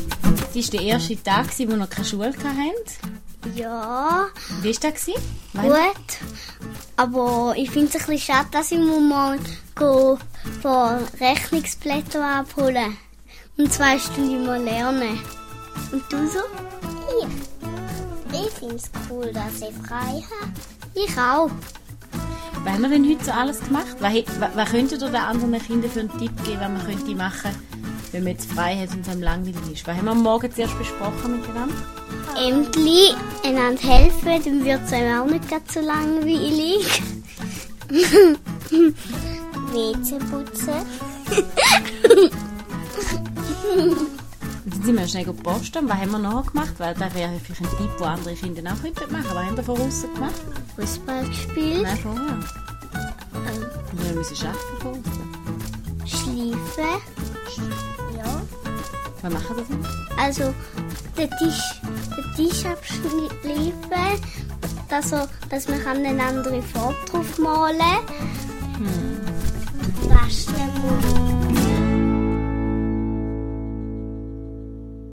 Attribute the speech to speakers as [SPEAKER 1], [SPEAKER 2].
[SPEAKER 1] war der erste Tag, gewesen, wo wir keine Schule hatten.
[SPEAKER 2] Ja,
[SPEAKER 1] Wie war das?
[SPEAKER 2] gut. Aber ich finde es ein bisschen schade, dass ich muss mal go- von Rechnungsblätter abholen und zwei Stunden mal lernen. Und du so? Ich. Ich finde es cool, dass ich frei habe. Ich auch.
[SPEAKER 1] Was haben wir denn heute so alles gemacht? Was, he- wa- was könntet ihr den anderen Kindern für einen Tipp geben, was man könnte machen wenn man jetzt frei hat und einem langweilig ist? Was haben wir am Morgen zuerst besprochen miteinander?
[SPEAKER 2] Ah. Endlich einander helfen, dann wird es einem auch nicht ganz so langweilig. WC putzen.
[SPEAKER 1] Und dann sind wir schnell gepostet. Was haben wir noch gemacht? Weil das wäre vielleicht ein Tipp, den andere Kinder auch könnten machen. Was haben wir von außen gemacht?
[SPEAKER 2] Fußball gespielt.
[SPEAKER 1] Nein, vorher. Wir müssen arbeiten von außen.
[SPEAKER 2] Schleifen. Ja.
[SPEAKER 1] Was machen wir denn?
[SPEAKER 2] Also den Tisch, den Tisch abschleifen, dass, er, dass man kann eine andere Farbe drauf malen kann. Was